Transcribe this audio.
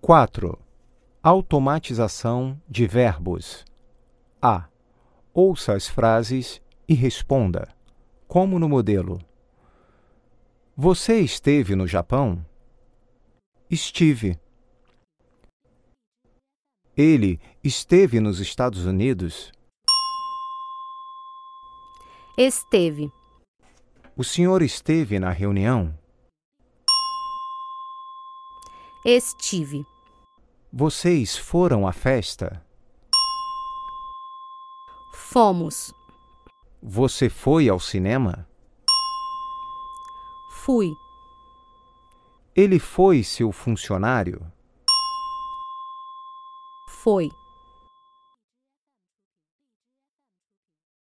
4. Automatização de verbos. A. Ouça as frases e responda, como no modelo: Você esteve no Japão? Estive. Ele esteve nos Estados Unidos? Esteve. O senhor esteve na reunião? Estive. Vocês foram à festa? Fomos. Você foi ao cinema? Fui. Ele foi seu funcionário? Foi.